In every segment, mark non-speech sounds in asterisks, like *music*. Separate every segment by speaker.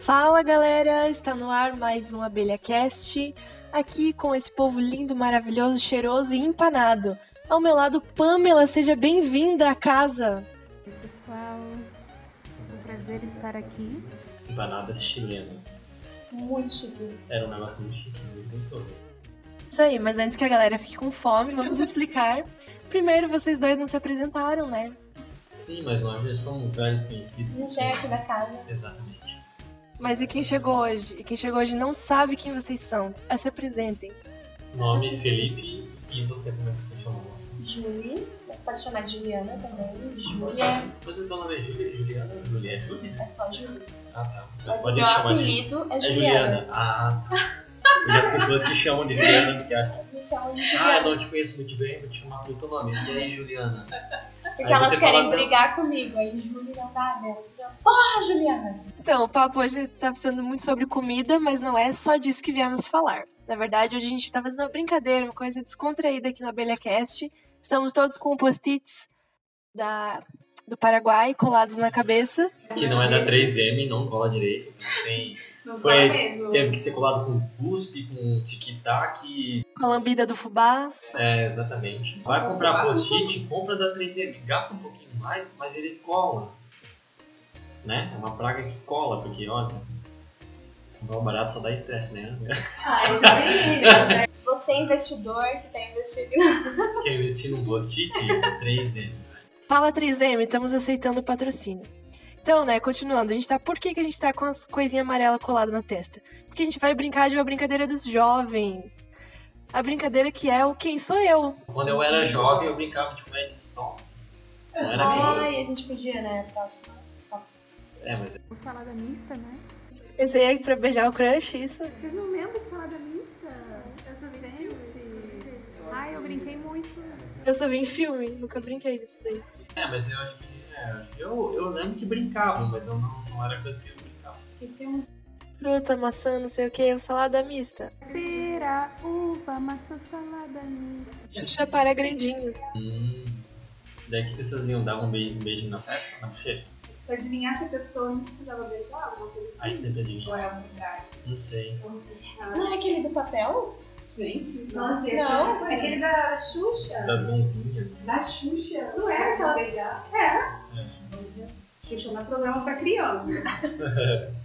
Speaker 1: Fala galera, está no ar mais um AbelhaCast, aqui com esse povo lindo, maravilhoso, cheiroso e empanado. Ao meu lado, Pamela, seja bem-vinda à casa.
Speaker 2: Oi, pessoal. É um prazer estar aqui.
Speaker 3: Empanadas chilenas.
Speaker 4: Muito chique.
Speaker 3: Era um negócio muito chique, muito gostoso.
Speaker 1: Isso aí, mas antes que a galera fique com fome, vamos explicar. Primeiro, vocês dois não se apresentaram, né?
Speaker 3: Sim, mas nós já somos velhos conhecidos.
Speaker 4: A gente é aqui da casa.
Speaker 3: Exatamente.
Speaker 1: Mas e quem chegou hoje? E quem chegou hoje não sabe quem vocês são. Ah, Se apresentem.
Speaker 3: Nome Felipe e você, como é que você chama você?
Speaker 4: Julie, mas pode chamar de Juliana também. Júlia.
Speaker 3: Mas o teu nome é Júlia, Juliana? Júlia é Júlia?
Speaker 4: É só Julie.
Speaker 3: Ah, tá. Mas
Speaker 4: Mas
Speaker 3: pode
Speaker 4: o meu
Speaker 3: chamar de...
Speaker 4: apelido é
Speaker 3: É
Speaker 4: Juliana.
Speaker 3: Juliana. Ah, tá. Porque as pessoas te chamam de Juliana porque acham...
Speaker 4: Me chamam de
Speaker 3: Ah, eu
Speaker 4: Juliana.
Speaker 3: não te conheço muito bem, vou te chamar pelo teu nome. E aí, Juliana?
Speaker 4: porque
Speaker 3: Aí
Speaker 4: elas
Speaker 3: você
Speaker 4: querem
Speaker 3: fala, não.
Speaker 4: brigar comigo. Aí Julie não dá delas. Eu, Porra, Juliana!
Speaker 1: Então, o papo hoje tá sendo muito sobre comida, mas não é só disso que viemos falar. Na verdade, hoje a gente tá fazendo uma brincadeira, uma coisa descontraída aqui no AbelhaCast. Estamos todos com post-its da, do Paraguai colados na cabeça.
Speaker 3: Que não é da 3M, não cola direito. Não tem...
Speaker 4: Não
Speaker 3: Foi-
Speaker 4: fala mesmo.
Speaker 3: Teve que ser colado com cuspe, com tic-tac.
Speaker 1: Com a lambida do fubá.
Speaker 3: É, exatamente. Vai comprar post-it, compra da 3M. Gasta um pouquinho mais, mas ele cola. Né? É uma praga que cola, porque, olha... Comprar um barato só dá estresse, né?
Speaker 4: Ah, isso aí, né? *laughs* Você investidor que tá investindo.
Speaker 3: Quer investir num um post-it? 3M.
Speaker 1: Fala 3M, estamos aceitando o patrocínio. Então, né, continuando, a gente tá. Por que, que a gente tá com as coisinhas amarelas coladas na testa? Porque a gente vai brincar de uma brincadeira dos jovens. A brincadeira que é o Quem Sou Eu.
Speaker 3: Quando eu era jovem, eu brincava de redstone. Não era
Speaker 4: Ah,
Speaker 3: mesmo.
Speaker 4: Ai, a gente podia, né? próxima.
Speaker 3: É, mas
Speaker 2: O salada mista, né?
Speaker 1: Esse aí é pra beijar o crush, isso?
Speaker 2: Vocês não lembram de salada mista? Eu sou Gente. Ai, eu brinquei muito.
Speaker 1: Eu só vi em filme, nunca brinquei disso daí.
Speaker 3: É, mas eu acho que. É, eu acho que- eu, eu lembro que brincava, mas eu não, não era coisa que eu brincava.
Speaker 4: Esquecemos.
Speaker 1: Fruta, maçã, não sei o que, salada mista.
Speaker 2: Pera, uva, maçã, salada mista.
Speaker 1: Xuxa para grandinhos.
Speaker 3: Hum. Daí o que que vocês iam dar um beijo, um beijinho na festa? Na bochecha?
Speaker 4: Se adivinhasse a pessoa, não precisava beijar alguma coisa
Speaker 3: Aí sempre adivinha.
Speaker 4: Ou é um lugar?
Speaker 3: Não sei.
Speaker 4: Não é aquele do papel?
Speaker 5: Gente,
Speaker 4: Não,
Speaker 5: nossa,
Speaker 4: não aquele da Xuxa.
Speaker 3: Das mãozinhas.
Speaker 5: da Xuxa.
Speaker 4: Não era aquela beijar? É.
Speaker 5: Xuxa não é programa pra criança.
Speaker 3: *laughs*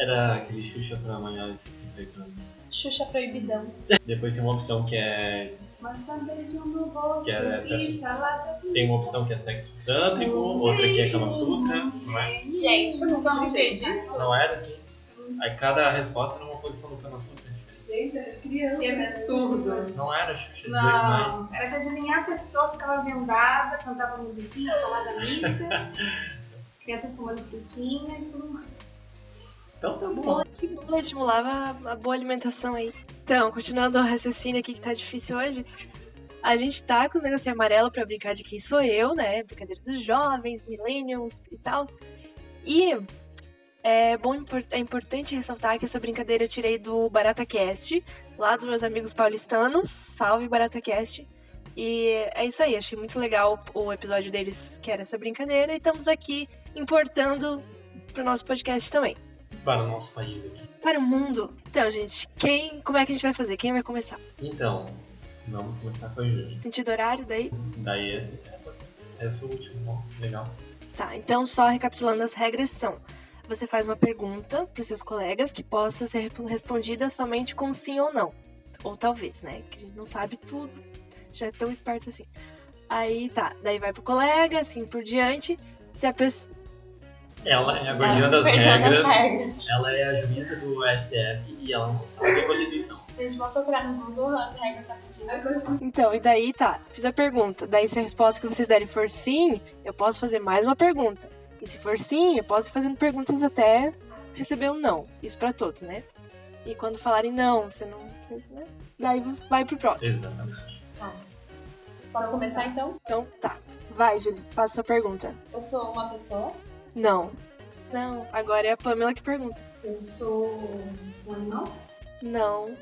Speaker 3: Era aquele Xuxa pra maiores de 18 anos.
Speaker 4: Xuxa proibidão.
Speaker 3: Depois tem uma opção que é.
Speaker 5: Mas tá beijo no rosto.
Speaker 3: Que era essa
Speaker 5: e salada
Speaker 3: Tem uma opção que é sexo tântrico,
Speaker 5: Hum,
Speaker 3: outra que é Kama Sutra, não é?
Speaker 4: Gente, não
Speaker 5: um
Speaker 4: vamos ver disso.
Speaker 3: Não era assim. Aí cada resposta era uma posição do Kama Sutra é diferente.
Speaker 5: Gente, era criança.
Speaker 4: Que
Speaker 5: né?
Speaker 4: absurdo.
Speaker 3: Não era Xuxa 18 mais.
Speaker 5: Não, era de adivinhar a pessoa, ficava vendada, cantava musiquinha, salada mista. as crianças comendo frutinha e tudo mais.
Speaker 3: Então tá bom.
Speaker 1: Que bom, né? estimulava a- a boa alimentação aí. Então, continuando o raciocínio aqui que tá difícil hoje, a gente tá com os negocinhos amarelo pra brincar de quem sou eu, né? Brincadeira dos jovens, millennials e tal. E é bom impor- é importante ressaltar que essa brincadeira eu tirei do BarataCast, lá dos meus amigos paulistanos. Salve BarataCast! E é isso aí, achei muito legal o episódio deles que era essa brincadeira. E estamos aqui importando pro nosso podcast também
Speaker 3: Para o nosso país aqui.
Speaker 1: para o mundo. Então, gente, quem, como é que a gente vai fazer? Quem vai começar?
Speaker 3: Então, vamos começar com a Júlia.
Speaker 1: Sentido horário daí?
Speaker 3: Daí esse é você. Eu sou o último, bom, legal.
Speaker 1: Tá, então só recapitulando as regras são: você faz uma pergunta para os seus colegas que possa ser repo- respondida somente com sim ou não. Ou talvez, né? Que a gente não sabe tudo, já é tão esperto assim. Aí tá, daí vai pro colega, assim por diante. Se a pessoa.
Speaker 3: Ela é a guardiã das
Speaker 4: Fernanda
Speaker 3: regras,
Speaker 4: Ferres.
Speaker 3: ela é a juíza do STF e ela não sabe a Constituição.
Speaker 4: Gente, vamos procurar no Google as regras rapidinho.
Speaker 1: Então, e daí tá, fiz a pergunta. Daí se a resposta que vocês derem for sim, eu posso fazer mais uma pergunta. E se for sim, eu posso ir fazendo perguntas até receber um não. Isso pra todos, né? E quando falarem não, você não. você, né? Daí vai pro próximo.
Speaker 3: Exatamente.
Speaker 4: Posso começar então?
Speaker 1: Então tá. Vai, Júlio, faça sua pergunta.
Speaker 4: Eu sou uma pessoa.
Speaker 1: Não. Não. Agora é a Pamela que pergunta.
Speaker 5: Eu sou um animal?
Speaker 1: Não.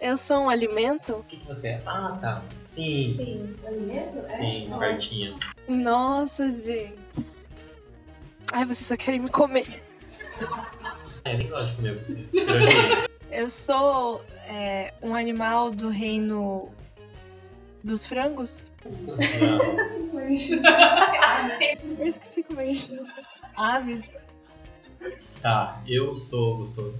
Speaker 1: Eu sou um alimento?
Speaker 3: O que, que você é? Ah, tá. Sim,
Speaker 5: Sim. Alimento? É.
Speaker 3: sim,
Speaker 5: Não.
Speaker 3: espertinha.
Speaker 1: Nossa, gente. Ai, vocês só querem me comer.
Speaker 3: É, ele gosta de comer você. Pirangueira.
Speaker 1: Eu sou é, um animal do reino dos frangos.
Speaker 3: Não.
Speaker 1: Eu esqueci como é isso. Aves.
Speaker 3: Tá, eu sou gostoso.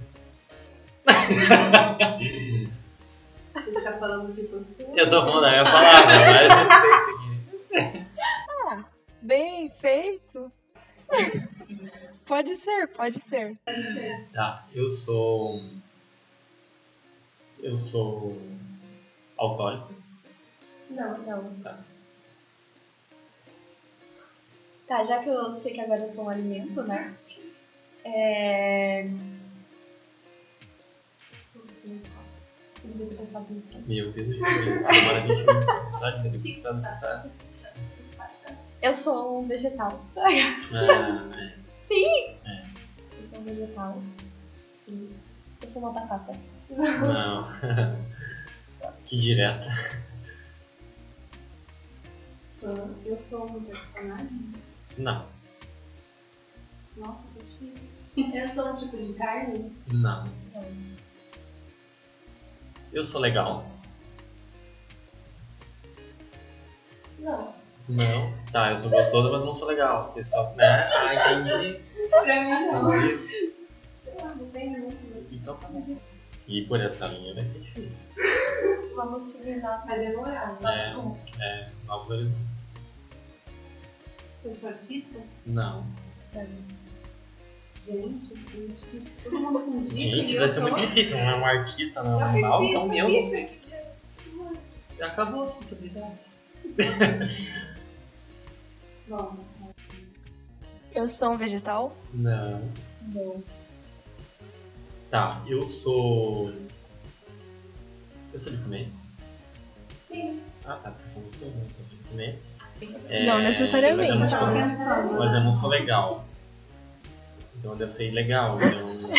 Speaker 5: Você tá falando de você?
Speaker 3: Eu tô falando a minha palavra, mas respeito aqui.
Speaker 1: Bem feito. *laughs* pode ser, pode ser.
Speaker 3: Tá, eu sou. Eu sou. alcoólico.
Speaker 5: Não, não.
Speaker 4: Tá, já que eu sei que agora eu sou um alimento, né? É. Eu devia ter pensado nisso.
Speaker 3: Meu Deus do céu. Agora a gente vai pensar de vez em quando, tá?
Speaker 4: Eu sou um vegetal. *laughs*
Speaker 3: Ah, é.
Speaker 4: Eu sou um vegetal. Sim. Eu sou uma batata.
Speaker 3: Não. *laughs* Que direta.
Speaker 5: Eu sou um personagem?
Speaker 3: Não,
Speaker 5: Nossa, que difícil. Eu sou um tipo de carne?
Speaker 3: não. Eu sou legal.
Speaker 5: Não.
Speaker 3: Não. Tá, eu sou gostoso, mas não sou legal. Você só. Né? Ah, entendi.
Speaker 5: Pra mim, não.
Speaker 3: entendi.
Speaker 5: Não tem muito.
Speaker 3: Então tá bom. Se ir por essa linha vai ser difícil.
Speaker 4: Vamos seguir na.
Speaker 5: Mas é moral.
Speaker 3: É. É, novos horizontes.
Speaker 5: Eu sou artista?
Speaker 3: Não.
Speaker 5: Gente, assim, difícil. Todo mundo com dica.
Speaker 3: Gente,
Speaker 5: eu
Speaker 3: vai ser
Speaker 5: sou-
Speaker 3: muito difícil. Não é um artista, não é um
Speaker 5: Eu
Speaker 3: animal,
Speaker 5: perdi,
Speaker 3: então eu
Speaker 5: eu sabia.
Speaker 3: não sei o que que é. Já acabou as possibilidades.
Speaker 5: Bom,
Speaker 1: Eu sou um vegetal.
Speaker 3: Não.
Speaker 4: Não.
Speaker 3: Tá, eu sou. Eu sou de comer?
Speaker 5: Sim.
Speaker 3: Ah, tá, porque eu sou muito bom, então eu sou de comer. É,
Speaker 1: Não necessariamente, né?
Speaker 3: Mas eu não sou,
Speaker 5: eu tava
Speaker 1: Sim.
Speaker 5: pensando.
Speaker 3: mas eu não sou legal. Então deve ser ilegal. Então...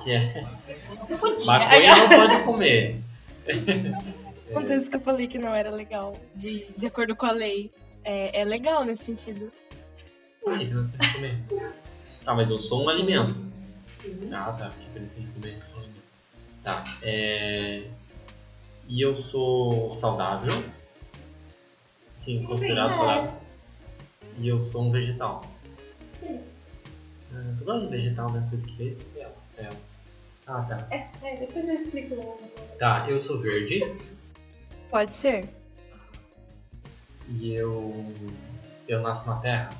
Speaker 1: *laughs*
Speaker 3: que é. Maconha não pode comer.
Speaker 1: Acontece É. que eu falei que não era legal, de, de acordo com a lei. É, é legal nesse sentido.
Speaker 3: Ah, então você tem que comer. Tá, mas eu sou um
Speaker 1: Sim.
Speaker 3: alimento.
Speaker 5: Sim.
Speaker 3: Ah, tá. Que precisa de comer, eu sou um alimento. Tá. É... E eu sou saudável. Sim, considerado
Speaker 5: é.
Speaker 3: saudável. E eu sou um vegetal.
Speaker 5: Sim.
Speaker 3: Ah, tu gosta de vegetal, né? Tudo que fez? É. é. Ah, tá.
Speaker 4: É, depois eu explico.
Speaker 3: Tá, eu sou verde.
Speaker 1: Pode ser.
Speaker 3: e eu. Eu nasço na terra.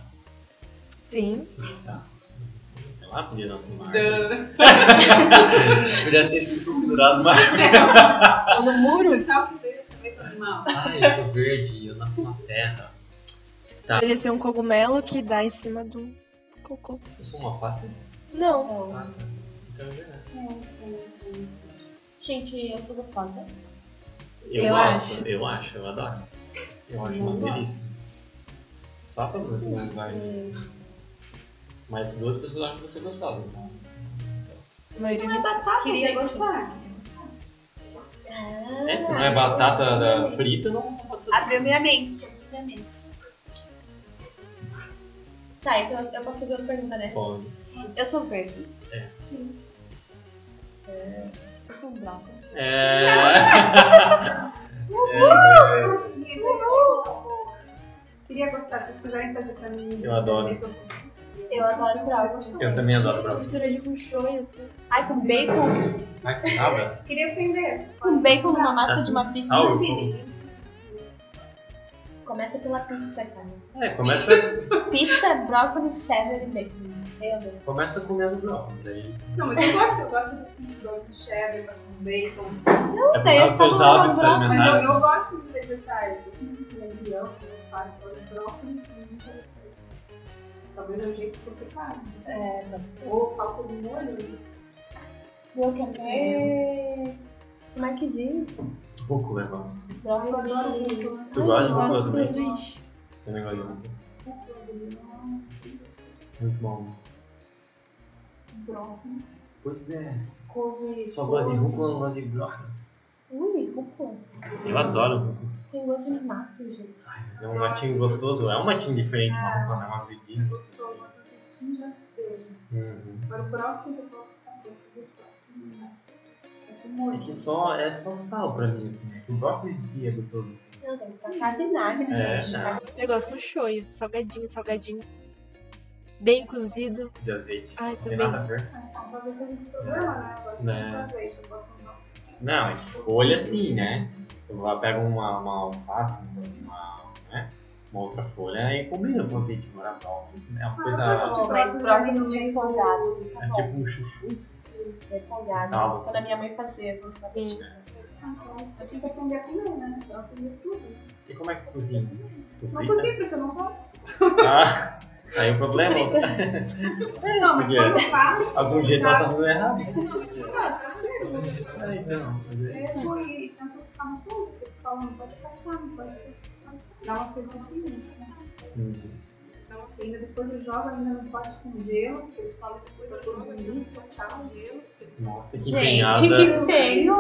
Speaker 1: Sim.
Speaker 3: Sim, tá. Sei lá, podia nascer em mar. *laughs*
Speaker 5: Não.
Speaker 3: Podia ser chuchu pendurado, mas.
Speaker 1: Ou no muro
Speaker 5: Tal que veio, talvez sou animal.
Speaker 3: Ah, eu sou verde, eu nasci na terra.
Speaker 1: poderia ser um cogumelo que dá em cima do cocô.
Speaker 3: Eu sou uma alface?
Speaker 1: Não.
Speaker 4: Não.
Speaker 3: Ah, tá. Então eu já-
Speaker 4: Gente, eu sou gostosa.
Speaker 3: Eu,
Speaker 1: Eu
Speaker 3: gosto,
Speaker 1: acho.
Speaker 3: eu acho, eu adoro. Eu acho
Speaker 4: Não
Speaker 3: uma
Speaker 4: gosto.
Speaker 3: delícia. Só pra você
Speaker 4: Gente.
Speaker 3: vai. Mas duas pessoas acham que você gostosa, então.
Speaker 1: A maioria das-
Speaker 5: Batata,
Speaker 4: Queria
Speaker 5: Queria gostar.
Speaker 3: É, se não é batata da- frita, não pode ser.
Speaker 4: Abriu minha mente, abriu minha mente. Tá, então eu- eu posso fazer outra pergunta, né?
Speaker 3: Bom,
Speaker 4: Eu sou verde.
Speaker 3: É.
Speaker 4: Sim. É, Eu sou branca.
Speaker 3: *laughs* É. É,
Speaker 5: Queria gostar, se vocês quiserem fazer pra mim.
Speaker 3: Eu adoro.
Speaker 4: Eu adoro branca.
Speaker 3: Eu também adoro
Speaker 1: Gente,
Speaker 3: brownies.
Speaker 1: mistura de colchões, assim.
Speaker 4: Ai, com bacon.
Speaker 3: Acaba?
Speaker 5: Queria aprender.
Speaker 4: Com bacon numa massa de uma
Speaker 3: Tá
Speaker 4: pizza.
Speaker 3: sour.
Speaker 4: Começa pela pizza, cara.
Speaker 3: É, começa,
Speaker 4: Pizza, brócolis, cheddar e bacon. Meu Deus.
Speaker 3: começa comendo brownies. Aí.
Speaker 5: Não, mas eu gosto, eu gosto de tudo, eu gosto de cheddar, eu gosto de bacon.
Speaker 3: É por causa dos
Speaker 4: só
Speaker 3: seus
Speaker 4: não vou
Speaker 3: hábitos
Speaker 4: lembrar,
Speaker 5: Mas
Speaker 3: alimentares.
Speaker 5: eu, eu gosto de vegetais. Eu como leguião, como faço, eu brócolis, não me interessei. é Talvez é um jeito que eu preparo. não sei.
Speaker 4: É, não.
Speaker 5: Ou falta de molho.
Speaker 4: Eu também. Como é que diz?
Speaker 3: Rúcula, irmão.
Speaker 5: Eu adoro
Speaker 4: Brócolis.
Speaker 5: bacon.
Speaker 3: Tu
Speaker 1: Ai,
Speaker 3: gosta de
Speaker 1: eu
Speaker 3: rúcula
Speaker 1: gosto de
Speaker 3: também?
Speaker 1: sanduíche.
Speaker 3: Também gosto de rúcula. Muito bom.
Speaker 5: Brócolis.
Speaker 3: Pois é.
Speaker 5: Couve.
Speaker 3: Só gosto de rúcula, não gosto de brócolis.
Speaker 4: Ui, rúcula.
Speaker 3: Eu adoro rúcula.
Speaker 4: Tem gosto de mato, gente.
Speaker 3: É um matinho gostoso. É um matinho diferente, uma rúcula, né? Uma vidinha.
Speaker 5: Gostoso. tinja verde.
Speaker 3: Uhum.
Speaker 5: Agora, por alto, eu coloco sabor. É
Speaker 3: É que só, é só sal pra mim, assim. O brócolis em si é gostoso, assim.
Speaker 4: Não, tem que tacar vinagre,
Speaker 3: É,
Speaker 4: Tá gente.
Speaker 3: né?
Speaker 1: Eu gosto com shoyu, salgadinho, salgadinho. Bem cozido.
Speaker 3: De azeite.
Speaker 1: Ai,
Speaker 3: Não tem
Speaker 1: também.
Speaker 3: nada a ver.
Speaker 4: Tá
Speaker 5: Talvez seja esse problema, né? Eu gosto
Speaker 3: Né.
Speaker 5: de azeite, eu um gosto de azeite.
Speaker 3: Não, é que folha assim, né? Eu lá pego uma, uma alface, uma, né? uma outra folha e combina com azeite de marabal. É uma coisa.
Speaker 5: Ah,
Speaker 3: tipo-
Speaker 4: Mas brócolis é refogado.
Speaker 3: É tipo um chuchu.
Speaker 4: Refogado.
Speaker 3: Ah, você-
Speaker 4: né? Quando a minha mãe fazia, eu fazia.
Speaker 1: Sim.
Speaker 5: Então, isso eu tenho que aprender a comer, né? Eu aprendi tudo.
Speaker 3: E como é que cozinha? Tu
Speaker 5: Não
Speaker 3: frita?
Speaker 5: cozinho, porque eu não gosto.
Speaker 3: Ah, aí o problema. É,
Speaker 5: Não, mas
Speaker 3: porque-
Speaker 5: quando eu faço,
Speaker 3: Algum jeito ela tá fazendo errado. *laughs*
Speaker 5: não, mas quando eu faço, eu não sei.
Speaker 3: Ah, então. mas é-
Speaker 5: Eu fui tanto ficar no fundo, porque eles falam, não pode passar, não pode passar. Dá uma fervida, né?
Speaker 3: Uhum.
Speaker 5: Dá uma fervida, Então, assim, depois eu jogo ainda no pote com gelo, porque eles falam que depois eu jogo ainda no pote com gelo. porque eles falam-
Speaker 3: Nossa, que empenhada.
Speaker 4: Gente, que feio!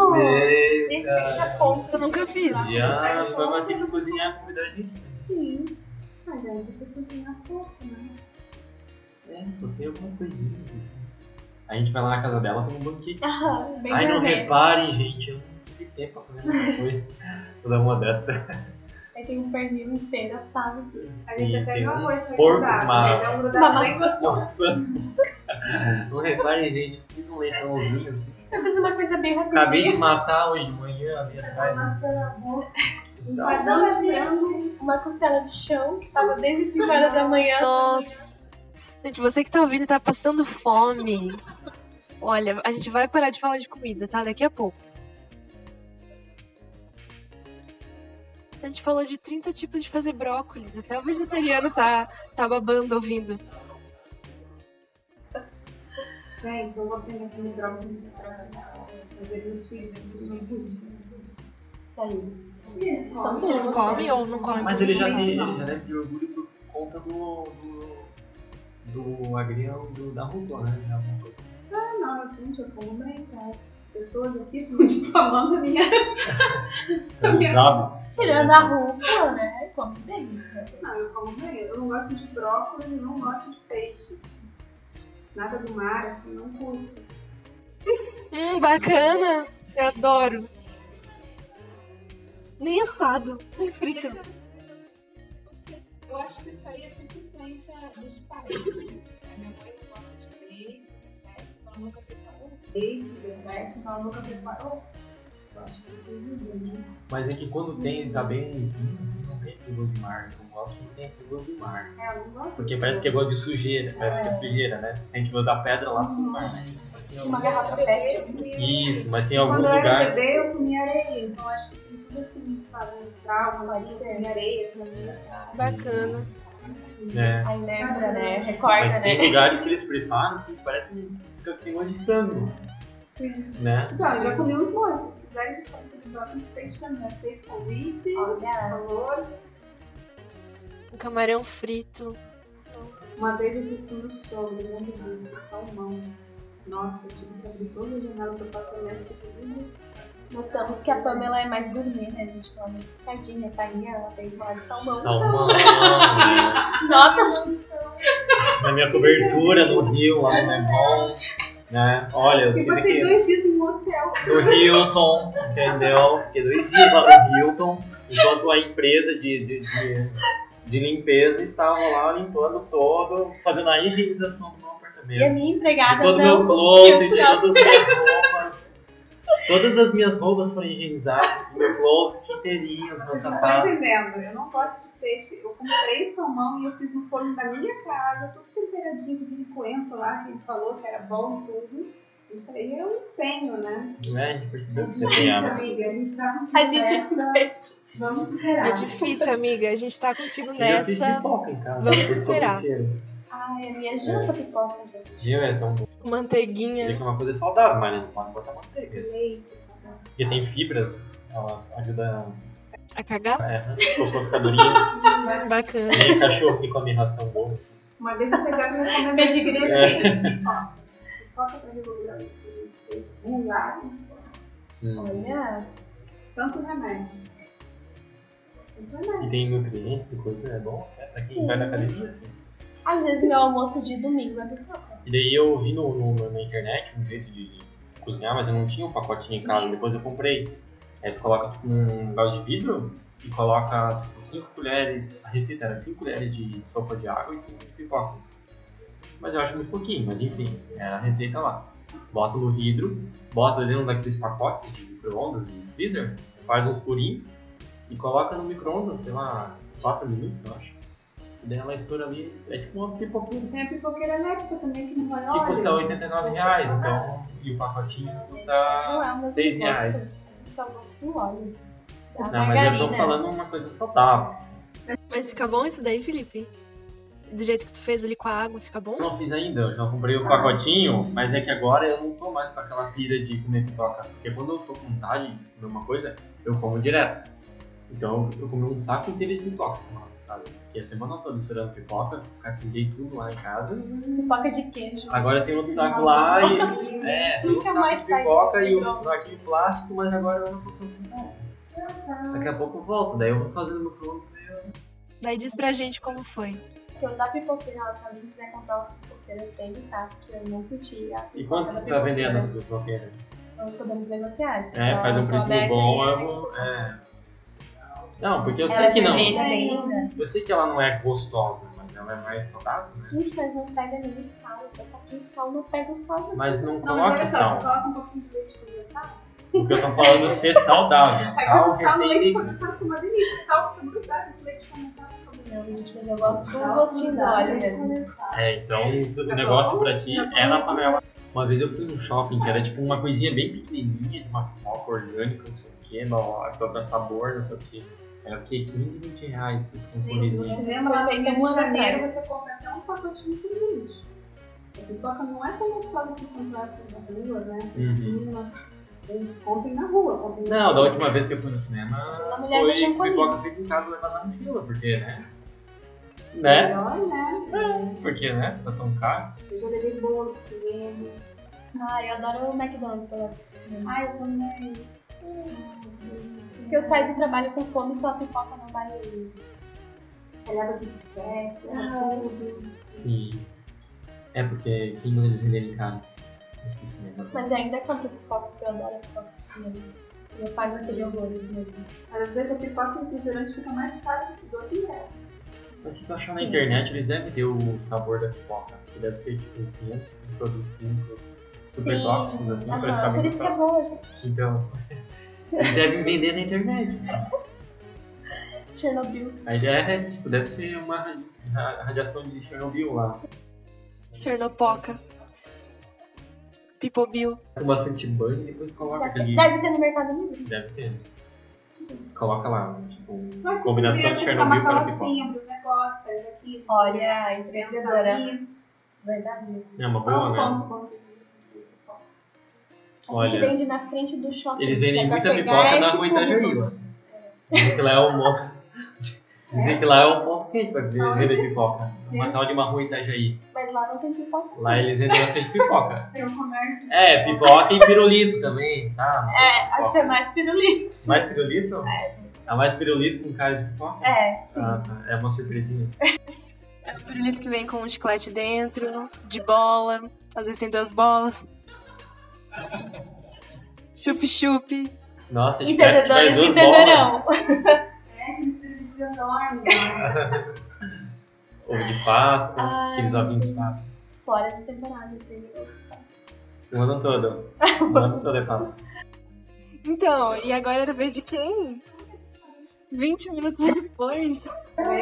Speaker 4: Gente,
Speaker 3: Eita.
Speaker 4: já compra.
Speaker 1: Eu nunca fiz.
Speaker 3: Já, vai ter que cozinhar a comida né? da gente.
Speaker 5: Sim. Ah, gente, você cozinha pouco, né?
Speaker 3: É, só sei algumas coisinhas. assim. A gente vai lá na casa dela, tem um banquete.
Speaker 4: Aham, Ah, bem
Speaker 3: Ai, não
Speaker 4: gourmet.
Speaker 3: reparem, gente, eu não tive tempo pra fazer muita coisa. Toda modesta.
Speaker 4: Aí tem um pernil inteiro assado.
Speaker 5: A gente
Speaker 3: Sim,
Speaker 5: até
Speaker 3: tem
Speaker 5: viu
Speaker 3: um
Speaker 5: arroz, foi
Speaker 3: porco,
Speaker 5: grudado,
Speaker 3: uma-
Speaker 5: mas é um
Speaker 4: uma
Speaker 5: grudado bem gostoso.
Speaker 3: Nossa. Não reparem, gente, fiz um leitãozinho.
Speaker 4: Eu fiz tá uma coisa bem
Speaker 3: Acabei
Speaker 4: rapidinha.
Speaker 3: de matar hoje de manhã a minha
Speaker 5: A
Speaker 3: carne.
Speaker 5: nossa boca, um
Speaker 3: Dá
Speaker 5: padrão
Speaker 4: uma
Speaker 5: de frango.
Speaker 4: Uma costela de chão que tava desde 5 horas da manhã.
Speaker 1: Nossa. Gente, você que tá ouvindo e tá passando fome. Olha, a gente vai parar de falar de comida, tá? Daqui a pouco. A gente falou de 30 tipos de fazer brócolis. Até o vegetariano tá, tá babando ouvindo.
Speaker 5: Gente, eu vou aprender a comer brócolis pra né? fazer meus filhos de
Speaker 4: Isso aí.
Speaker 5: Eles
Speaker 1: Eles comem ou não comem?
Speaker 3: Mas ele já,
Speaker 1: Não.
Speaker 3: tem- ele já deve ter orgulho por conta do. do, do agrião do, da Rúcula, né? Da rúcula.
Speaker 5: Ah, Não, eu gente, eu como bem, tá? As pessoas aqui estão *laughs* difamando a minha. Tá
Speaker 3: Então, os hábitos.
Speaker 4: Tirando a roupa, né? Come bem.
Speaker 5: Não, eu como bem. Eu não gosto de brócolis e não gosto de peixes. Nada do mar, assim, não curto.
Speaker 1: Hum, bacana. Eu adoro. Nem assado, nem frito.
Speaker 6: Eu acho que isso aí é sempre influência dos pais. A minha mãe não gosta de peixe, né? então ela nunca preparou.
Speaker 5: Peixe, detesto, então eu nunca
Speaker 6: um."
Speaker 5: preparo. Eu acho que isso é né?
Speaker 3: Mas é que quando tem, tá bem limpinho, assim, não tem aquele de mar. né? Eu não gosto que tem aquele de mar.
Speaker 5: É, eu não gosto
Speaker 3: Porque
Speaker 5: disso.
Speaker 3: parece que é igual de sujeira, parece que é sujeira, né? Se a gente botar pedra lá,
Speaker 5: Uhum.
Speaker 3: tudo mar, né?
Speaker 4: Uma garrafa pet.
Speaker 3: Isso, mas tem alguns
Speaker 5: Quando eu era
Speaker 3: lugares.
Speaker 5: bebê, eu comia areia, então eu acho que tem tudo assim, sabe? Um trauma ali, comia areia também.
Speaker 1: Bacana.
Speaker 3: É.
Speaker 4: Aí lembra, né? Recorda,
Speaker 3: Mas
Speaker 4: né?
Speaker 3: tem lugares que eles preparam, assim, que parece um. Fica com gosto de frango,
Speaker 5: Sim.
Speaker 3: né?
Speaker 5: Então, eu já comi uns moços. Se quiserem, vocês podem fazer brócolis, peixe pra mim. Aceito o convite, por
Speaker 4: Olha.
Speaker 5: favor.
Speaker 1: Um camarão frito.
Speaker 5: Uma vez eu fiz com meu sogro, um hambúrguer com salmão. Nossa, eu tive que abrir todas as janelas do apartamento porque eu não
Speaker 4: Notamos que a Pamela é mais gourmet, né? A gente come sardinha, tainha, ela tem falar de salmão.
Speaker 3: Salmão. né?
Speaker 4: Nossa!
Speaker 3: Na minha cobertura no Rio, lá no Leblon, né? Olha,
Speaker 4: é
Speaker 3: eu
Speaker 5: E
Speaker 3: tive
Speaker 5: passei
Speaker 3: que.
Speaker 5: assim, dois dias em um motel.
Speaker 3: No Hilton, entendeu? Fiquei dois dias lá no Hilton, enquanto a empresa de, de, de, de limpeza estava lá limpando todo, fazendo a higienização do meu
Speaker 4: E a
Speaker 3: apartamento.
Speaker 4: minha
Speaker 3: De
Speaker 4: empregada
Speaker 3: todo o
Speaker 4: não
Speaker 3: meu closet,
Speaker 4: conseguiu
Speaker 3: de
Speaker 4: tirar
Speaker 3: todas as minhas roupas. Todas as minhas roupas foram higienizadas, meu closet inteirinho, os meus
Speaker 5: Vocês não estão
Speaker 3: sapatos.
Speaker 5: Tá entendendo. Eu não gosto de peixe. Eu comprei salmão e eu fiz no forno da minha casa, tudo temperadinho, aquele coentro lá que ele falou que era bom e tudo. Isso aí eu empenho, né?
Speaker 3: Né? A gente percebeu que você
Speaker 5: Mas,
Speaker 3: tem água.
Speaker 5: amiga, a gente tá
Speaker 4: *laughs* A gente
Speaker 5: Vamos
Speaker 1: É
Speaker 5: esperar.
Speaker 1: difícil, amiga. A gente tá contigo
Speaker 3: Já fiz
Speaker 1: nessa.
Speaker 3: pipoca em casa.
Speaker 1: vamos
Speaker 3: eu tô
Speaker 1: superar.
Speaker 3: cheiro.
Speaker 4: Ai, a minha
Speaker 3: É.
Speaker 4: janta pipoca, gente.
Speaker 3: Gil é tão bom.
Speaker 1: Com manteiguinha.
Speaker 3: Dizer que é uma coisa saudável, mas não pode botar manteiga.
Speaker 5: Leite,
Speaker 3: Porque tem fibras, ela ajuda
Speaker 1: A cagar?
Speaker 3: é, a cocô ficar durinho.
Speaker 1: Bacana.
Speaker 3: E cachorro que come ração boa. assim.
Speaker 5: Uma vez eu pedi a minha
Speaker 4: Pedigree
Speaker 5: igreja.
Speaker 3: É.
Speaker 5: Pipoca pra regular o peito, milagres, pô.
Speaker 3: Hum.
Speaker 4: Olha,
Speaker 5: tanto remédio. Tanto remédio.
Speaker 3: é E tem nutrientes e coisa, é bom até pra quem vai na academia, assim.
Speaker 4: Às vezes meu almoço de domingo é pipoca.
Speaker 3: E daí eu vi no, no- na internet um jeito de cozinhar, mas eu não tinha um pacotinho em casa, depois eu comprei. Aí tu coloca tipo um balde de vidro e coloca tipo 5 colheres, a receita era 5 colheres de sopa de água e 5 de pipoca. Mas eu acho muito pouquinho, mas enfim, era a receita lá. Bota no vidro, bota dentro daqueles pacotes de micro-ondas e freezer, faz uns furinhos e coloca no micro-ondas, sei lá, 4 minutos, eu acho. E daí ela estoura ali, é tipo uma pipoquinha assim
Speaker 5: Tem a pipoqueira elétrica também que não vai
Speaker 3: que
Speaker 5: óleo.
Speaker 3: custa 89 reais, então, e o pacotinho
Speaker 5: Ah,
Speaker 4: Não é o
Speaker 3: custa
Speaker 4: meu
Speaker 3: 6
Speaker 4: gosto.
Speaker 3: reais.
Speaker 4: A gente tá gosto do óleo. Da
Speaker 3: Não, mas eu
Speaker 4: margarina.
Speaker 3: tô falando uma coisa saudável. assim.
Speaker 1: Mas fica bom isso daí, Felipe? Do jeito que tu fez ali com a água, fica bom?
Speaker 3: Eu não fiz ainda, eu já comprei o pacotinho, mas é que agora eu não tô mais com aquela pira de comer pipoca. Porque quando eu tô com vontade de comer uma coisa, eu como direto. Então eu comi um saco inteiro de pipoca essa semana, sabe? Porque a semana toda estourando pipoca, catinguei tudo lá em casa.
Speaker 4: Pipoca de queijo.
Speaker 3: Agora tem outro saco lá e. É, tem outro
Speaker 4: Nunca
Speaker 3: saco
Speaker 4: mais
Speaker 3: de
Speaker 4: sai
Speaker 3: pipoca
Speaker 4: do
Speaker 3: e o
Speaker 4: pronto.
Speaker 3: saco de plástico, mas agora eu não consigo comprar. Daqui a pouco eu volto, daí eu vou fazendo no fundo.
Speaker 1: Daí diz pra gente como foi.
Speaker 4: Porque eu da pipoqueira, ela se alguém quiser comprar uma pipoqueira, tem que tá, porque eu não curti a
Speaker 3: E quanto você
Speaker 4: pipoca da
Speaker 3: tá
Speaker 4: pipoqueira.
Speaker 3: vendendo do bloqueiro?
Speaker 4: Não podemos negociar.
Speaker 3: É,
Speaker 5: Ah,
Speaker 4: Então,
Speaker 3: faz
Speaker 5: tá
Speaker 3: um
Speaker 4: tô
Speaker 3: precinho
Speaker 4: aberta
Speaker 3: bom,
Speaker 4: aí.
Speaker 3: eu vou. É. Não, porque eu
Speaker 4: Ela
Speaker 3: sei
Speaker 4: é
Speaker 3: que não.
Speaker 4: vermelha ainda.
Speaker 3: Eu sei que ela não é gostosa, mas ela é mais saudável. né?
Speaker 4: Gente, mas não pega nem o sal. Eu taquei sal, não pega o sal.
Speaker 3: Mas não
Speaker 5: Não, mas
Speaker 3: coloque
Speaker 5: olha só, você
Speaker 3: sal.
Speaker 5: coloca um pouquinho de leite condensado.
Speaker 3: O que eu tô falando é ser saudável.
Speaker 5: Aí quando
Speaker 3: Sal
Speaker 5: você tá no leite
Speaker 3: refeito.
Speaker 5: condensado, fica uma delícia. O sal fica grudado com o leite condensado. fica muito
Speaker 4: Não, gente, mas eu gosto do um gostinho do óleo mesmo.
Speaker 3: É, então
Speaker 5: Tá
Speaker 3: o negócio pra ti é na panela. Uma vez eu fui num shopping que era tipo uma coisinha bem pequenininha, de uma pipoca orgânica, não sei o que, pra sabor, não sei o que. Era o que? 15, 20 reais assim, com
Speaker 5: Gente, você
Speaker 3: coisinha.
Speaker 5: lembra lá no
Speaker 4: Tem
Speaker 5: Rio
Speaker 4: uma
Speaker 5: de janeiro,
Speaker 4: maneira.
Speaker 5: você compra até um pacotinho por limite. A pipoca não é tão gostosa assim comprar assim na rua, né?
Speaker 3: Uhum.
Speaker 5: Uma- Gente, comprem na rua. Comprem na
Speaker 3: Não, da
Speaker 5: rua.
Speaker 3: última vez que eu fui no cinema
Speaker 4: A mulher
Speaker 3: foi
Speaker 4: deixou comigo.
Speaker 3: pipoca feita em casa levada na mochila, porque né? Né?
Speaker 5: Melhor, né?
Speaker 3: Porque né? Tá tão caro.
Speaker 5: Eu já levei bolo pro cinema.
Speaker 4: Ai, Ah, eu adoro o McDonald's. Eu gosto do cinema.
Speaker 5: Ai, Ah, eu também.
Speaker 4: Porque eu saio do trabalho com fome e só a pipoca não vale.
Speaker 5: Olhava de expresso,
Speaker 4: Ah.
Speaker 5: tudo.
Speaker 3: Sim. É porque é quem não eles renderem caro nesse cinema.
Speaker 4: Mas ainda compro pipoca, porque eu adoro a pipoca do cinema. E eu pago aquele horror assim mesmo.
Speaker 5: Mas às vezes a pipoca e o refrigerante fica mais caro do que dois ingressos.
Speaker 3: Mas se tu achar na
Speaker 4: Sim.
Speaker 3: internet, eles devem ter o sabor da pipoca. Que deve ser tipo 500 tipos de produtos químicos super
Speaker 4: Sim,
Speaker 3: tóxicos, assim, pra
Speaker 4: Aham,
Speaker 3: ficar bem
Speaker 4: Por isso que é
Speaker 3: gostoso.
Speaker 4: boa, gente.
Speaker 3: Então, *laughs* eles devem vender na internet. sabe?
Speaker 4: *laughs* Chernobyl.
Speaker 3: A ideia é, tipo, deve ser uma ra- ra- radiação de Chernobyl lá.
Speaker 1: Fernopoca. Pipobil.
Speaker 3: Com bastante banho e depois
Speaker 4: Só
Speaker 3: coloca
Speaker 4: que
Speaker 3: aquele.
Speaker 4: Deve ter no Mercado Livre.
Speaker 3: Deve ter. Coloca lá, tipo,
Speaker 5: Eu acho que
Speaker 3: combinação de
Speaker 5: você devia comprar
Speaker 3: Chernobyl
Speaker 5: uma
Speaker 3: para pipoca.
Speaker 5: carrocinha pro negócio, sai né, daqui.
Speaker 4: Olha, a empreendedora.
Speaker 5: pensa nisso.
Speaker 4: Verdade.
Speaker 3: É uma
Speaker 5: Qual
Speaker 4: um
Speaker 3: boa,
Speaker 5: o
Speaker 3: né?
Speaker 5: ponto contributivo de pipoca?
Speaker 4: A gente
Speaker 3: Olha,
Speaker 4: vende na frente do shopping.
Speaker 3: eles
Speaker 4: que
Speaker 3: vendem
Speaker 4: é pra
Speaker 3: muita
Speaker 4: pegar
Speaker 3: pipoca na
Speaker 4: esse
Speaker 3: rua
Speaker 4: público.
Speaker 3: Itajaí. Dizem que lá é um monte. Dizem que lá é um ponto quente pra vender
Speaker 5: Aonde?
Speaker 3: vender pipoca. Uma
Speaker 5: É.
Speaker 3: tal de uma rua em Itajaí.
Speaker 4: Mas lá não tem pipoca.
Speaker 3: Lá eles vendem bastante pipoca.
Speaker 5: Tem um comércio.
Speaker 3: É, pipoca e pirulito também, tá?
Speaker 4: É, acho que é mais pirulito.
Speaker 3: Mais pirulito? É. A mais pirulito com cara de pipoca?
Speaker 4: É, sim.
Speaker 3: Ah, tá. É uma surpresinha.
Speaker 1: É o pirulito que vem com um chiclete dentro, de bola. Às vezes tem duas bolas. Chup-chup.
Speaker 3: Nossa, de cara que faz
Speaker 4: Entendedores
Speaker 3: duas
Speaker 4: de
Speaker 3: bolas. né?
Speaker 4: entenderão.
Speaker 5: É, que de enorme. né?
Speaker 3: Ou de pasta,
Speaker 4: Ai,
Speaker 3: aqueles ovinhos de
Speaker 4: sim.
Speaker 3: pasta.
Speaker 4: Fora de temporada, entendeu?
Speaker 3: O ano
Speaker 4: *laughs*
Speaker 3: todo. O ano todo é fácil.
Speaker 1: Então, e agora era vez de quem? 20 minutos depois.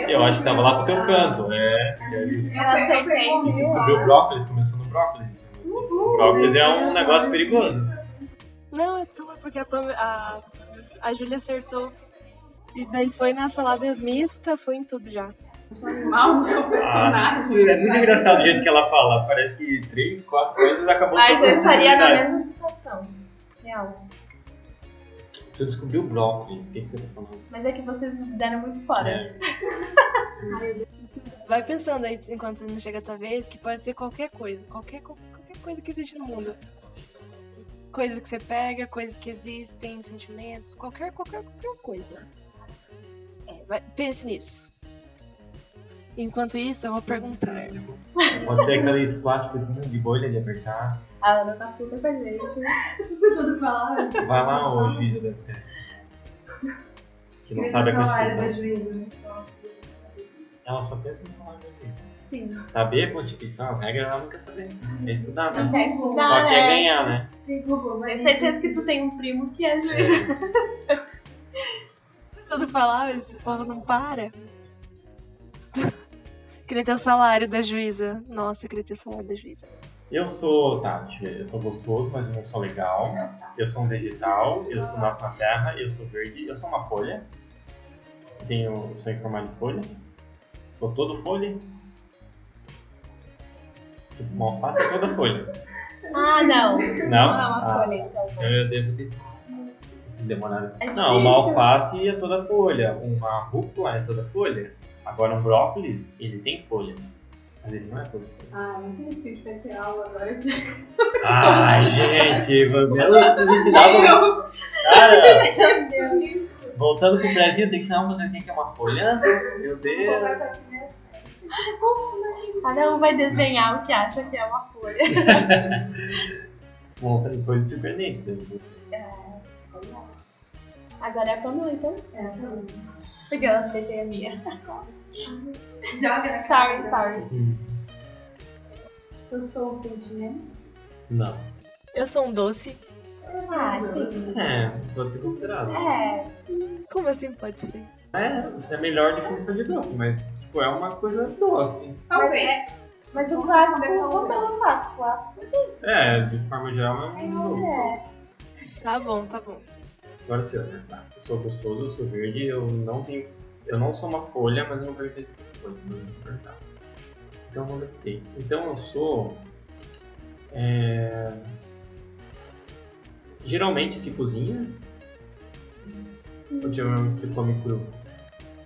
Speaker 3: Eu acho que tava lá pro teu canto, é. E aí-
Speaker 5: Eu acertei.
Speaker 3: e
Speaker 4: Uhum.
Speaker 3: você descobriu o brócolis, começou no brócolis. O brócolis é um negócio perigoso.
Speaker 1: Não, é tua, porque a, Pam- a, a Júlia acertou. E daí foi na salada mista, foi em tudo já.
Speaker 5: *laughs* Mal do seu personagem.
Speaker 3: É muito engraçado o jeito que ela fala. Parece que três, quatro coisas acabou
Speaker 4: Mas
Speaker 3: sendo
Speaker 4: eu estaria na
Speaker 3: possibilidades.
Speaker 4: mesma situação. Real.
Speaker 3: Tu descobriu o brócolis, o que, que você tá falando?
Speaker 4: Mas é que vocês deram muito fora.
Speaker 3: É,
Speaker 1: Vai pensando aí enquanto não chega a tua vez, que pode ser qualquer coisa. Qualquer, co- qualquer coisa que existe no mundo. Coisas que você pega, coisas que existem, sentimentos, qualquer, qualquer, qualquer coisa. É, vai- pense nisso. Enquanto isso, eu vou perguntar.
Speaker 3: Pode ser aqueles plásticozinhos de bolha de apertar.
Speaker 4: A Ana tá puta com a gente. né?
Speaker 5: *laughs* Tudo pra lá.
Speaker 3: Vai lá, ô juíza das terras. Que não sabe a
Speaker 5: né,
Speaker 3: Constituição. Ela só pensa em falar aqui.
Speaker 4: Sim.
Speaker 3: Saber a Constituição, a regra ela nunca saber. É estudar, né?
Speaker 4: Não quer estudar,
Speaker 3: Só quer
Speaker 5: É.
Speaker 4: né?
Speaker 3: ganhar,
Speaker 5: *laughs*
Speaker 3: né?
Speaker 5: Tem Google,
Speaker 4: Tenho
Speaker 5: mas
Speaker 4: certeza que tu tem um primo que é juiz.
Speaker 3: É.
Speaker 1: Tudo falar, esse povo não para. *laughs* Queria ter o salário da juíza. Nossa, eu queria ter o salário da juíza.
Speaker 3: Eu sou, tá, deixa eu ver, eu sou gostoso, mas eu não sou legal. Eu sou um vegetal, eu sou nossa terra, eu sou verde, eu sou uma folha. Tenho, eu sou em formato de folha. Sou todo folha. Tipo, uma alface é toda
Speaker 4: *laughs*
Speaker 3: folha.
Speaker 4: Ah,
Speaker 3: Não?
Speaker 4: não. Não é uma
Speaker 3: Ah,
Speaker 4: folha, *laughs* então.
Speaker 3: então eu devo ter se demorado.
Speaker 4: É
Speaker 3: Não, uma
Speaker 4: difícil.
Speaker 3: alface é toda folha, uma rúcula é toda folha. Agora um brócolis, ele tem folhas. Mas ele não é todo folha.
Speaker 5: Ah, não tem isso que a gente vai ter aula agora. de-
Speaker 3: Ai, gente, Bela publicidade. Cara, voltando pro Brasil, tem que ensinar você o que é uma folha. Meu Deus.
Speaker 4: Cada um vai desenhar o que acha que é uma folha.
Speaker 3: Vão sair coisas surpreendentes. né?
Speaker 4: *laughs* Agora é a Pamela, então?
Speaker 5: É, tá bom.
Speaker 4: Porque eu acertei a minha.
Speaker 5: Joga
Speaker 4: Sorry,
Speaker 5: na cara.
Speaker 4: sorry.
Speaker 5: Eu sou um sentimento.
Speaker 3: Não.
Speaker 1: Eu sou um doce.
Speaker 4: Ah, sim.
Speaker 3: É, pode ser considerado.
Speaker 4: É,
Speaker 1: Como assim pode ser?
Speaker 3: É, é a melhor definição de doce, mas tipo, é uma coisa doce.
Speaker 5: Talvez.
Speaker 4: mas
Speaker 5: Não
Speaker 4: o
Speaker 5: se
Speaker 4: clássico,
Speaker 5: considera
Speaker 4: como
Speaker 5: como
Speaker 4: eu faço? O clássico
Speaker 3: É, de forma geral é um doce.
Speaker 4: é.
Speaker 1: Tá bom, tá bom.
Speaker 3: Agora sim, né? Tá. Eu sou gostoso, eu sou verde, eu não tenho. Eu não sou uma folha, mas eu não tipo quero ter folha, mas eu né? não quero dar. Então eu vou meter. Então eu sou. é, Geralmente se cozinha. Ou geralmente se come cru?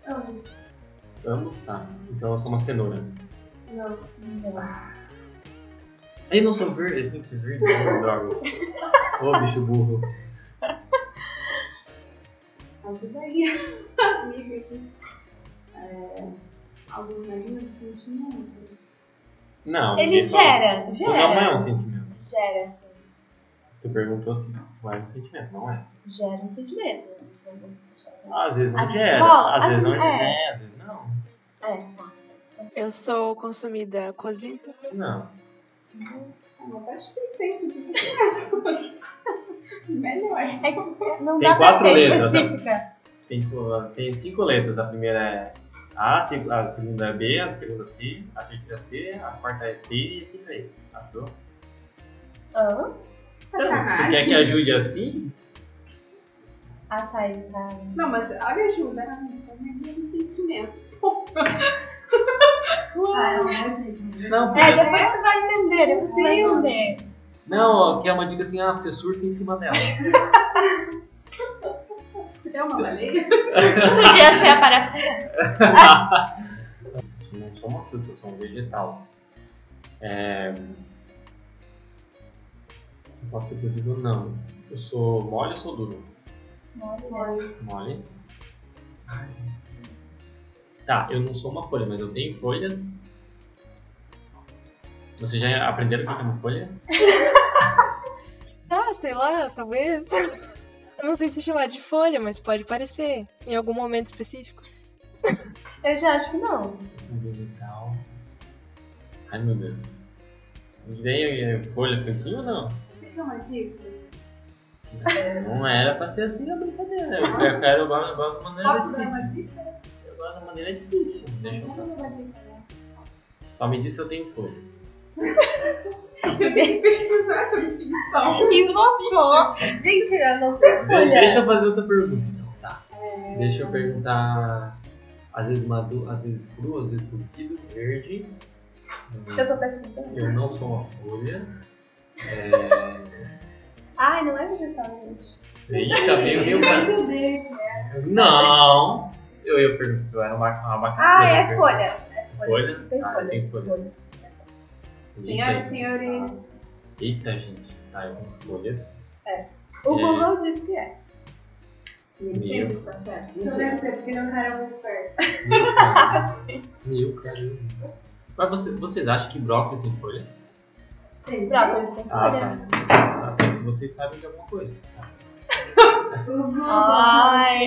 Speaker 5: Ambos.
Speaker 3: Ambos, tá. Então eu sou uma cenoura.
Speaker 5: Não.
Speaker 3: Aí não sou verde, eu tenho que ser verde, né?
Speaker 4: *laughs*
Speaker 3: droga. Ô bicho burro.
Speaker 5: Ajuda aí, *laughs* amiga. aqui. É, alguns marinos sentimento.
Speaker 3: Não. é
Speaker 4: Ele
Speaker 3: ninguém fala.
Speaker 4: gera,
Speaker 3: Tu não é
Speaker 4: gera.
Speaker 3: um sentimento.
Speaker 4: Gera, sim.
Speaker 3: Tu perguntou se tu é um sentimento, não é? Ah,
Speaker 4: Gera um sentimento.
Speaker 3: Às vezes não
Speaker 4: Às vezes
Speaker 3: gera,
Speaker 4: rola,
Speaker 3: às vezes
Speaker 4: às
Speaker 3: não
Speaker 4: vezes
Speaker 3: gera,
Speaker 4: é.
Speaker 3: é, às vezes não.
Speaker 4: É, tá.
Speaker 1: Eu sou consumida cozida.
Speaker 3: Não.
Speaker 5: Eu acho que sempre de criança. *laughs* Melhor.
Speaker 4: É que não
Speaker 3: Tem
Speaker 4: dá pra
Speaker 3: quatro
Speaker 4: ser
Speaker 3: letras, né?
Speaker 4: específica.
Speaker 3: Tem, tipo, tem cinco letras. A primeira é A, a seg- a segunda é B, a segunda é C, a terceira é C, a quarta é T e a quinta é E. Achou? Então,
Speaker 4: Hã?
Speaker 3: tu quer
Speaker 5: Sacanagem.
Speaker 3: que ajude assim?
Speaker 4: Ah, tá, aí, tá.
Speaker 5: Não, mas olha, ajuda. Ah, então me ajuda os *laughs* sentimentos. é
Speaker 4: Ah,
Speaker 3: Não,
Speaker 4: É,
Speaker 3: porque...
Speaker 4: depois você vai entender, depois você vai
Speaker 5: Deus.
Speaker 4: entender.
Speaker 3: não, ó, que é uma dica assim, ah, você surfa em cima dela.
Speaker 5: Você é uma baleia?
Speaker 4: Podia ser a parafusa.
Speaker 3: Eu não sou uma fruta, eu sou um vegetal. É... eu Posso ser cozido ou não. Eu sou mole ou sou duro? Mole. Tá, eu não sou uma folha, mas eu tenho folhas. Vocês já aprenderam o que é uma folha?
Speaker 1: Ah, sei lá, talvez. *laughs* Eu não sei se chamar de folha, mas pode parecer. Em algum momento específico.
Speaker 4: Eu já acho que não.
Speaker 3: Eu
Speaker 5: é
Speaker 3: sou um vegetal. Ai meu Deus. E daí, é folha foi assim ou
Speaker 5: *laughs*
Speaker 3: não?
Speaker 5: Fica uma dica.
Speaker 3: Não era pra ser assim a brincadeira. Eu quero, eu quero eu gosto, eu gosto da maneira
Speaker 5: Ah. Posso dar uma
Speaker 3: difícil.
Speaker 5: *laughs* dica?
Speaker 3: Eu gosto da maneira difícil. Deixa eu
Speaker 5: Vou dar
Speaker 4: *laughs*
Speaker 5: uma dica, né?
Speaker 3: Só me diz se eu tenho folha.
Speaker 5: Eu tenho que pesquisar essa definição.
Speaker 4: E vovó. Gente, eu não sei
Speaker 3: De-
Speaker 4: folha.
Speaker 3: Deixa eu fazer outra pergunta então, tá? Deixa eu perguntar. Às vezes maduro, às vezes cru, às vezes cozido, verde.
Speaker 4: Eu tô pensando.
Speaker 3: Eu não sou uma folha.
Speaker 4: Ai, não é vegetal, gente.
Speaker 3: Eita, meio meio branco.
Speaker 5: Meu Deus.
Speaker 3: Não! Eu ia perguntar se eu era uma, uma abacaxi.
Speaker 4: Ah,
Speaker 3: mas eu
Speaker 4: é
Speaker 3: pergunto.
Speaker 4: folha.
Speaker 3: Folha?
Speaker 4: Tem
Speaker 3: Ah,
Speaker 4: folha,
Speaker 3: tem folhas.
Speaker 4: folha.
Speaker 5: Senhoras e
Speaker 3: Eita,
Speaker 5: senhores,
Speaker 3: Eita, gente. Tá, eu com folhas.
Speaker 4: O
Speaker 3: É.
Speaker 4: Google disse que é.
Speaker 5: Nem
Speaker 3: Meu.
Speaker 5: sempre está certo.
Speaker 4: Mentira.
Speaker 5: Pelo menos é porque não cara muito perto.
Speaker 3: Meu caramba. Meu caramba. Mas você- vocês acham que brócolis tem folha?
Speaker 5: Tem.
Speaker 4: Brócolis tem
Speaker 3: Ah,
Speaker 4: folha.
Speaker 3: tá. Vocês sabem- Vocês sabem de alguma coisa.
Speaker 5: O
Speaker 4: tá.
Speaker 5: Bruno
Speaker 4: Ai.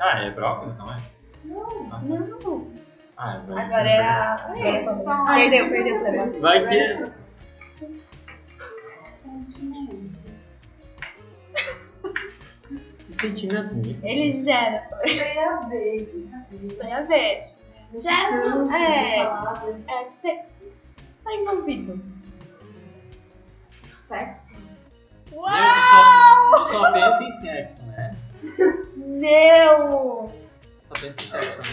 Speaker 3: Ah, é brócolis, não é?
Speaker 4: Não.
Speaker 3: Ah, é brócolis.
Speaker 4: Agora é a.
Speaker 5: É, esses estão lá.
Speaker 4: Perdeu, perdeu pra mim.
Speaker 3: Vai que. Que sentimento, Nico.
Speaker 4: Ele gera.
Speaker 5: Tem a ver.
Speaker 4: Tem a ver. Gera. não- É.
Speaker 5: Palavras,
Speaker 4: É. tem- Tá envolvido.
Speaker 5: Sexo.
Speaker 4: Uau!
Speaker 3: Só, só pensa em sexo, né?
Speaker 4: Meu!
Speaker 3: Só pensa em sexo. né?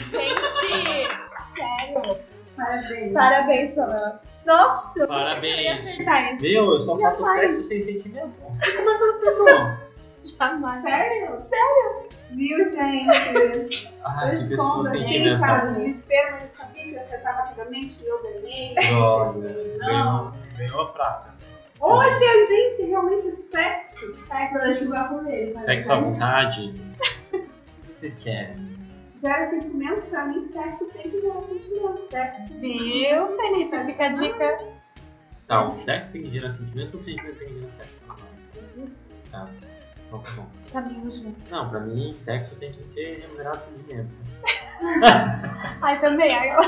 Speaker 4: Gente! Sério.
Speaker 5: Parabéns.
Speaker 4: Parabéns, Solana. Nossa! Eu
Speaker 3: Parabéns.
Speaker 4: acertar isso.
Speaker 3: Meu, eu só
Speaker 4: Já
Speaker 3: faço
Speaker 4: vai.
Speaker 3: sexo sem sentimento. Como é que você toma?
Speaker 4: Jamais.
Speaker 5: Sério? Sério? Viu, gente?
Speaker 3: Ah, que pessoa
Speaker 5: Responda,
Speaker 3: sem
Speaker 5: gente.
Speaker 3: dimensão.
Speaker 5: Sabe, desespero nesse capítulo. Você tava antigamente, eu ganhei.
Speaker 3: Droga.
Speaker 5: gente,
Speaker 3: Ganhou,
Speaker 5: Não.
Speaker 3: ganhou a prata.
Speaker 5: né? Olha, gente, realmente sexo. Sexo. tipo, é um Eu julgava com ele. mas
Speaker 3: Sexo é um- à
Speaker 5: sexo-
Speaker 3: vontade. O que vocês querem?
Speaker 5: Gera sentimentos. Pra mim, sexo tem que gerar sentimentos. Sexo sem
Speaker 4: Viu, Felipe? Fica a dica.
Speaker 3: Tá, o sexo tem que gerar sentimento ou o sentimento tem que gerar sexo? Tá. Então tá bom.
Speaker 4: Caminhos
Speaker 5: né?
Speaker 4: juntos.
Speaker 3: Não, pra mim, sexo tem que ser remunerado por dinheiro.
Speaker 4: Ai, também. Ai, eu-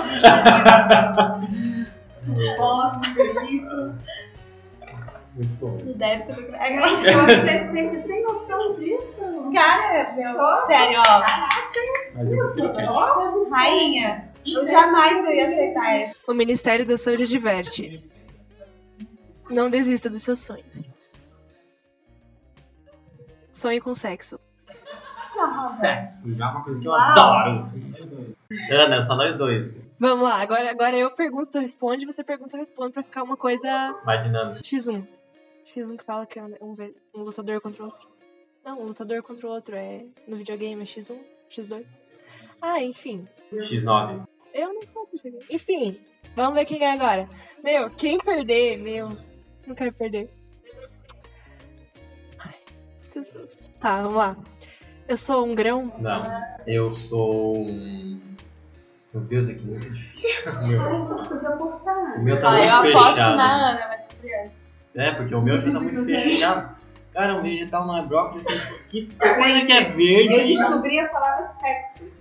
Speaker 3: Muito bom.
Speaker 4: Me deve tudo. Ai, eu-
Speaker 3: *laughs*
Speaker 5: Gente, vocês têm- vocês têm noção disso?
Speaker 4: Cara, meu.
Speaker 5: Nossa.
Speaker 4: Sério, ó.
Speaker 3: Mas eu vou ficar.
Speaker 4: Rainha. Eu jamais eu ia aceitar essa.
Speaker 1: O Ministério da Saúde diverte. Não desista dos seus sonhos. Sonhe com sexo.
Speaker 3: Sexo, já é uma coisa que eu
Speaker 4: Uau.
Speaker 3: adoro. Assim. Ana, é só nós dois.
Speaker 1: Vamos lá, agora, agora eu pergunto, tu responde, você pergunta, eu respondo pra ficar uma coisa
Speaker 3: Vai dinâmica.
Speaker 1: X1. X1 que fala que é um, ve- um lutador contra o outro. Não, um lutador contra o outro. É no videogame é X1, X2. Ah, enfim.
Speaker 3: X9.
Speaker 1: Eu não sou do videogame. Enfim, vamos ver quem ganha agora. Meu, quem perder, meu. Não quero perder. Ai, Jesus. Tá, vamos lá. Eu sou um grão.
Speaker 3: Não. Eu sou um. Meu Deus, é que muito difícil. *laughs*
Speaker 5: Ai,
Speaker 3: Meu.
Speaker 5: a gente podia apostar.
Speaker 3: O meu tá
Speaker 4: Ó, eu
Speaker 3: muito
Speaker 4: aposto
Speaker 3: fechado.
Speaker 4: na Uhum. Ana, mas Adriana.
Speaker 3: É, porque o meu já tá muito fechado. Cara, um vegetal não é brócolis. tem Que que
Speaker 5: Gente,
Speaker 3: coisa que é verde?
Speaker 5: Eu descobri a palavra sexo.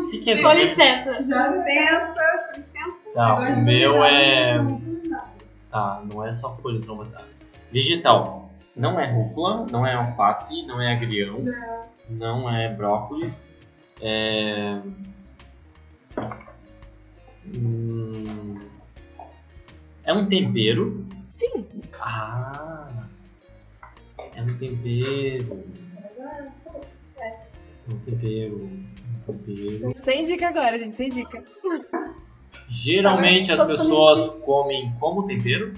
Speaker 3: O que, que é
Speaker 4: Com
Speaker 3: verde?
Speaker 4: licença.
Speaker 5: Já licença, com licença.
Speaker 3: Tá,
Speaker 5: Agora
Speaker 3: o meu
Speaker 5: não,
Speaker 3: é.
Speaker 5: não, não.
Speaker 3: Tá, não é só folha então, tá. Vegetal. Não é rúcula, não é alface, não é agrião, não é brócolis. É. Hum, É um tempero.
Speaker 1: Sim.
Speaker 3: Ah, é um tempero. Um tempero. Um tempero.
Speaker 1: Sem dica agora, gente, sem dica.
Speaker 3: Geralmente as pessoas comem como tempero?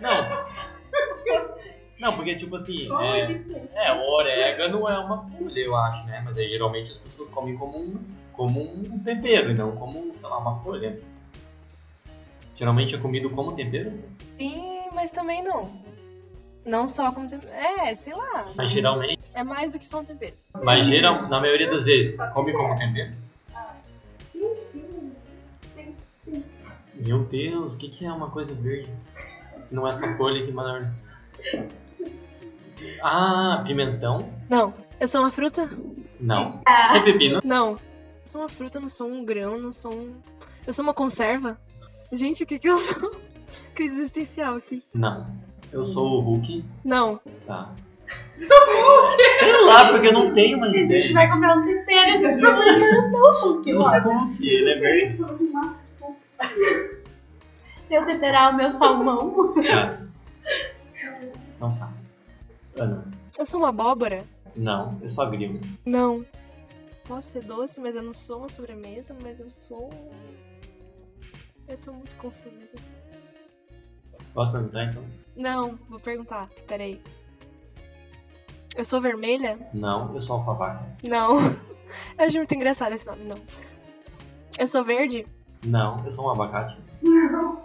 Speaker 3: Não. Não, porque tipo assim,
Speaker 5: Como
Speaker 3: é,
Speaker 5: descobri?
Speaker 3: é, o orégano é uma folha, eu acho, né? Mas aí geralmente as pessoas comem como um, como um tempero e não como, sei lá, uma folha. Geralmente é comido como tempero?
Speaker 1: Sim, mas também não. Não só como tempero. É, sei lá.
Speaker 3: Mas geralmente.
Speaker 1: É mais do que só um tempero.
Speaker 3: Mas geral, na maioria das vezes, come como tempero.
Speaker 5: Sim, sim.
Speaker 3: Meu Deus, o que, que é uma coisa verde? Que não é só folha que manda. Ah, pimentão?
Speaker 1: Não. Eu sou uma fruta?
Speaker 3: Não. Você é pepino?
Speaker 1: Não. Eu sou uma fruta, não sou um grão, não sou um. Eu sou uma conserva? Gente, o que que eu sou? *laughs* Crise existencial aqui.
Speaker 3: Não. Eu sou o Hulk.
Speaker 1: Não.
Speaker 3: Tá. Sei lá, porque eu não tenho uma
Speaker 4: A gente
Speaker 3: ideia.
Speaker 4: vai comprar um tempero, gente. Como é que eu sou? Que
Speaker 3: O
Speaker 4: ótimo.
Speaker 3: Hulk, ele é verde.
Speaker 4: Se eu temperar o um meu salmão.
Speaker 3: Tá. Não tá. Ana.
Speaker 1: Eu sou uma abóbora?
Speaker 3: Não, eu sou agrio.
Speaker 1: Não. Posso ser doce, mas eu não sou uma sobremesa, mas eu sou. um- Eu tô muito confusa.
Speaker 3: Posso perguntar então?
Speaker 1: Não, vou perguntar. Peraí. Eu sou vermelha?
Speaker 3: Não, eu sou alfavaca.
Speaker 1: Não. *laughs* Eu acho muito engraçado esse nome, não. Eu sou verde?
Speaker 3: Não, eu sou um abacate.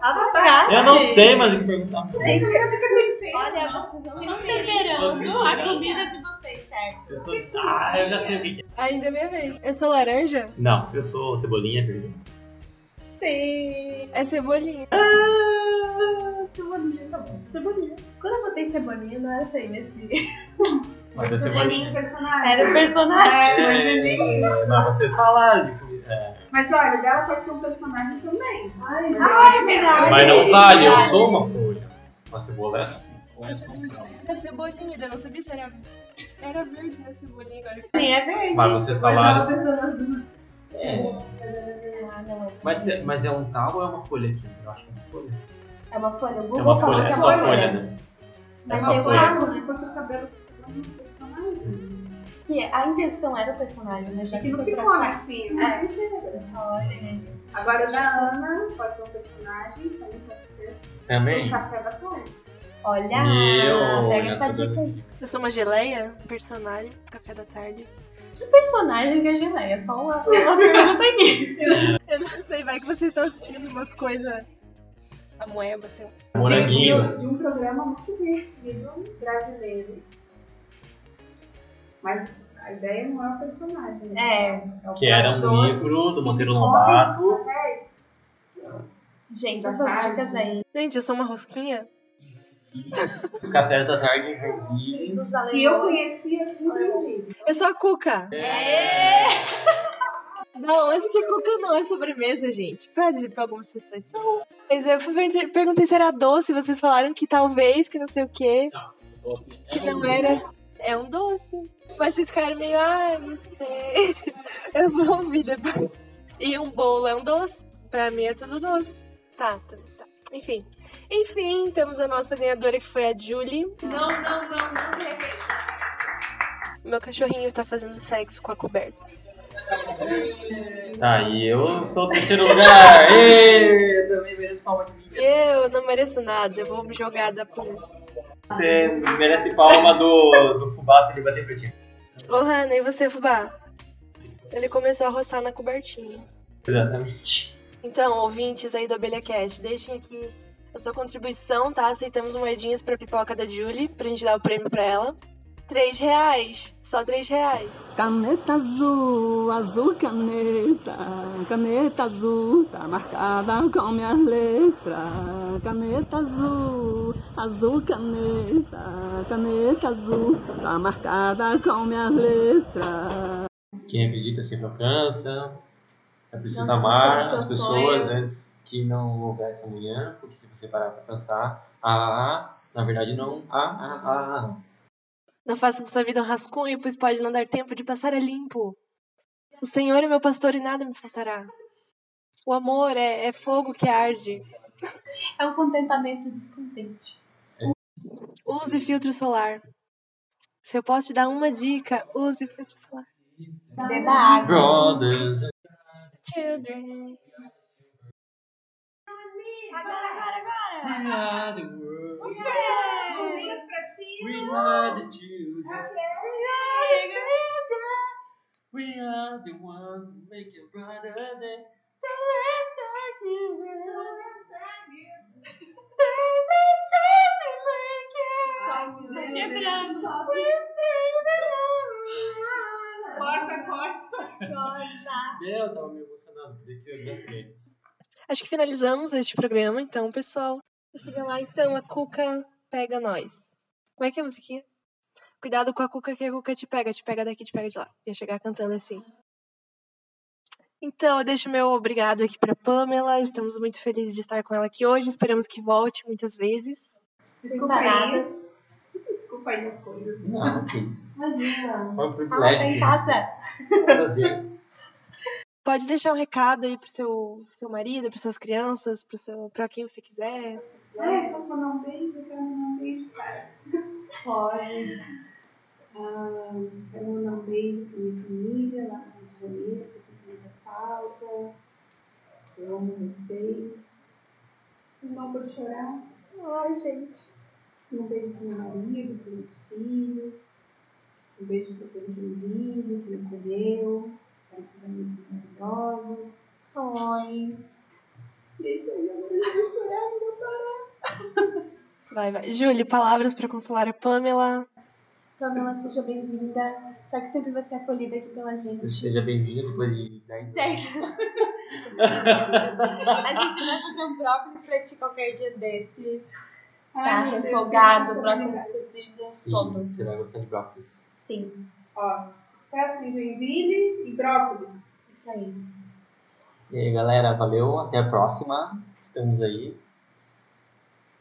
Speaker 4: Abacate.
Speaker 3: Eu não sei mais o que perguntar.
Speaker 4: Gente,
Speaker 5: feio,
Speaker 4: Olha,
Speaker 5: não.
Speaker 4: vocês não
Speaker 5: Não
Speaker 4: estão
Speaker 5: tem
Speaker 4: temperando a
Speaker 3: comida.
Speaker 4: comida de vocês, certo?
Speaker 3: Eu estou... Ah, eu já sei o que que é.
Speaker 1: Ainda é minha vez. Eu sou laranja?
Speaker 3: Não, eu sou cebolinha verde.
Speaker 4: Sim.
Speaker 1: É cebolinha.
Speaker 4: Ah, cebolinha, tá bom. Cebolinha. Quando eu botei cebolinha, não é assim, né? era isso aí nesse.
Speaker 3: Mas é
Speaker 5: Cebolinha
Speaker 3: cebolinha.
Speaker 5: personagem.
Speaker 4: Era o personagem.
Speaker 5: É, mas ele-
Speaker 3: É, mas vocês falaram de comida. É.
Speaker 5: Mas olha, dela pode ser um personagem também. Ai,
Speaker 4: Ai, é verdade.
Speaker 3: Mas não vale, eu sou uma folha. Uma cebola é essa?
Speaker 1: É cebolinha, daí eu não sabia se era. Era verde a cebolinha agora.
Speaker 4: Sim, é verde.
Speaker 3: Mas vocês
Speaker 4: Mas
Speaker 3: falaram.
Speaker 4: não, a pessoa não-
Speaker 3: É.
Speaker 4: Ah, não, é.
Speaker 3: Mas, é- mas é um tal ou é uma folha aqui? Eu acho que é uma folha.
Speaker 4: É uma folha. O Google
Speaker 3: É uma
Speaker 4: falou
Speaker 3: folha,
Speaker 4: que
Speaker 3: é
Speaker 4: é
Speaker 3: só
Speaker 4: uma
Speaker 3: folha, né? É
Speaker 4: Mas
Speaker 3: só
Speaker 4: tem
Speaker 3: folha.
Speaker 5: claro, se fosse Ah, o cabelo que você dá um personagem.
Speaker 4: Que a intenção era o personagem, né? Já
Speaker 5: Que não
Speaker 4: foi
Speaker 5: se
Speaker 4: pra-
Speaker 5: come assim, né?
Speaker 4: Olha.
Speaker 5: Agora o da Ana pode ser um personagem, também pode ser um
Speaker 3: Também?
Speaker 5: café da tarde.
Speaker 4: Olha.
Speaker 3: Meu,
Speaker 4: pega
Speaker 3: olha,
Speaker 4: essa
Speaker 3: tudo
Speaker 4: dica aí.
Speaker 1: Eu sou uma geleia, um personagem, café da tarde.
Speaker 4: Que personagem que é geleia? Só uma, uma pergunta aqui.
Speaker 1: Eu não sei, vai que vocês estão assistindo umas coisas. A moeba, sei lá.
Speaker 3: Moranguinho.
Speaker 5: De, de um programa muito conhecido brasileiro. Mas a ideia não é o personagem. né?
Speaker 4: É.
Speaker 5: É
Speaker 3: *laughs*
Speaker 5: o
Speaker 3: Que era um
Speaker 5: doce
Speaker 3: livro do
Speaker 5: que
Speaker 3: Monteiro
Speaker 5: se come
Speaker 3: Lobato.
Speaker 5: nos cafés.
Speaker 4: Gente,
Speaker 5: Da
Speaker 4: essas
Speaker 5: tarde.
Speaker 4: dicas aí
Speaker 1: Gente, eu sou uma rosquinha?
Speaker 3: Os cafés da tarde em Joinville.
Speaker 4: dos alemães.
Speaker 5: Que eu conhecia aqui no Rio.
Speaker 1: Eu sou a cuca.
Speaker 3: É.
Speaker 1: Da onde que cuca não é sobremesa, gente? Pra, pra algumas pessoas são. Mas eu fui ver- perguntei se era doce, vocês falaram que talvez, que não sei o quê, que não era. É um doce. Mas vocês ficaram meio, ah, não sei. *laughs* Eu vou ouvir depois. E um bolo é um doce? Pra mim é tudo doce. Tá, tá, tá. Enfim. Enfim, temos a nossa ganhadora que foi a Julie.
Speaker 5: Não, não, não, não.
Speaker 1: Meu cachorrinho tá fazendo sexo com a coberta.
Speaker 3: Tá, e eu sou o
Speaker 1: *laughs*
Speaker 3: terceiro lugar. Ê, eu também mereço palma de mim.
Speaker 1: Eu não mereço nada, eu vou me jogar da ponte.
Speaker 3: Você merece palma do, do fubá se ele bater pra ti.
Speaker 1: Ô, Hannah, e você, Fubá? Ele começou a roçar na cobertinha.
Speaker 3: Exatamente.
Speaker 1: Então, ouvintes aí do AbelhaCast, deixem aqui a sua contribuição, tá? Aceitamos moedinhas pra pipoca da Julie, pra gente dar o prêmio pra ela. Três reais, só três reais.
Speaker 7: Caneta azul, azul caneta, caneta azul, tá marcada com minhas letras. Caneta azul, azul caneta, caneta azul, tá marcada com minhas letras.
Speaker 3: Quem acredita sempre alcança. É preciso
Speaker 4: Não
Speaker 3: amar
Speaker 4: precisa
Speaker 3: as
Speaker 4: dos seus
Speaker 3: pessoas
Speaker 4: sonhos.
Speaker 3: antes que não houver essa manhã, porque se você parar pra pensar, ah, ah, na verdade não, ah, ah, ah, ah.
Speaker 1: Não faça de sua vida um rascunho, pois pode não dar tempo de passar a limpo. O Senhor é meu pastor e nada me faltará. O amor é, é fogo que arde.
Speaker 4: É um contentamento descontente.
Speaker 1: Use filtro solar. Se eu posso te dar uma dica, use filtro solar.
Speaker 4: Beba água.
Speaker 3: Brothers
Speaker 1: Children.
Speaker 4: Agora, agora, agora.
Speaker 3: We are the world.
Speaker 5: Mãozinhas pra cima.
Speaker 3: We are the children. We are the ones who make it brighter than
Speaker 5: Lembrando. Corta, corta.
Speaker 3: Eu tava tá me emocionando. Deixa eu desafiar.
Speaker 1: Acho que finalizamos este programa, então, pessoal. Chega lá, então, a Cuca pega nós. Como é que é a musiquinha? Cuidado com a Cuca, que a Cuca te pega, te pega daqui, te pega de lá. Ia chegar cantando assim. Então, eu deixo meu obrigado aqui pra Pamela. Estamos muito felizes de estar com ela aqui hoje. Esperamos que volte muitas vezes.
Speaker 5: Desculpa aí. Desculpa aí as coisas.
Speaker 3: Não, que isso.
Speaker 4: Imagina.
Speaker 3: Foi um
Speaker 4: Ela tá em
Speaker 3: privilégio.
Speaker 4: casa.
Speaker 3: Um prazer.
Speaker 1: Pode deixar um recado aí pro seu, seu marido, para suas crianças, pro seu, pra quem você quiser.
Speaker 5: Ai, posso mandar um beijo? Eu quero mandar um beijo, cara.
Speaker 4: Pode.
Speaker 5: Ah, quero mandar um beijo pra minha família lá no Rio de Janeiro, que eu sinto muita falta. Eu amo vocês. Não vou chorar.
Speaker 4: Ai, gente.
Speaker 5: Um beijo pro meu marido, pros meus filhos. Um beijo pro todo mundo que me acolheu. Para esses amigos maravilhosos.
Speaker 4: Oi.
Speaker 5: E é isso aí, agora eu vou chorar, eu vou parar.
Speaker 1: Vai, vai. Júlia, palavras pra consolar a Pamela.
Speaker 4: Pamela, é seja bem-vinda. Só que sempre vai ser acolhida aqui pela gente.
Speaker 3: Seja bem-vinda depois de 10 anos.
Speaker 4: Certo. A gente vai fazer um brócolis pra ti qualquer dia desse. Tá
Speaker 5: meu Deus,
Speaker 4: refogado,
Speaker 5: deixa eu fazer
Speaker 4: brócolis cozidos,
Speaker 3: Sim,
Speaker 4: todos.
Speaker 3: você vai gostar de brócolis.
Speaker 4: Sim,
Speaker 5: Ó, sucesso em Joinville e brócolis.
Speaker 4: isso aí.
Speaker 3: E aí, galera, valeu. Até a próxima. Estamos aí.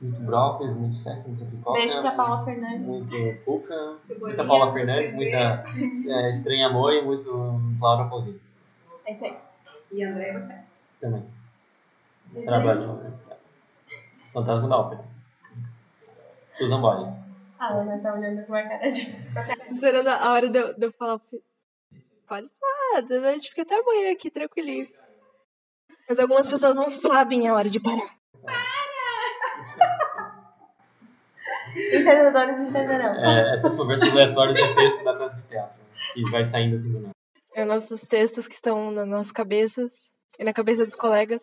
Speaker 3: Muito brócolis, muito certo, muita pipoca.
Speaker 4: Beijo pra Paula Fernandes.
Speaker 3: Muito cuca.
Speaker 5: Cebolinha,
Speaker 3: Muita Paula
Speaker 5: se
Speaker 3: Fernandes,
Speaker 5: inscrever.
Speaker 3: muita é, Estranha Amor e muito Laura Pouzinho
Speaker 4: É isso aí.
Speaker 5: E André, você
Speaker 3: também.
Speaker 4: Isso
Speaker 3: Trabalho. né? Fantasma da Ópera. Susan Boyle.
Speaker 4: A Ana tá olhando com a cara de.
Speaker 5: *laughs*
Speaker 1: Tô esperando a hora de eu, de eu falar. Pode falar, da noite fica até amanhã aqui, tranquilinho. Mas algumas pessoas não sabem a hora de parar.
Speaker 4: Entendedores entenderão.
Speaker 3: É, essas conversas aleatórias é texto da classe de teatro. né? Que vai saindo assim do nada.
Speaker 1: É nossos textos que estão nas nossas cabeças e na cabeça dos colegas.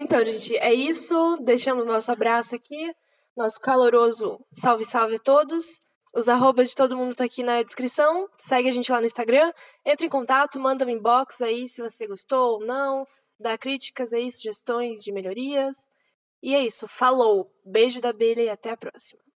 Speaker 1: Então, gente, é isso. Deixamos nosso abraço aqui. Nosso caloroso salve, salve a todos. Os arrobas de todo mundo tá aqui na descrição. Segue a gente lá no Instagram. Entra em contato, manda um inbox aí se você gostou ou não. Dá críticas aí, sugestões de melhorias. E é isso. Falou. Beijo da abelha e até a próxima.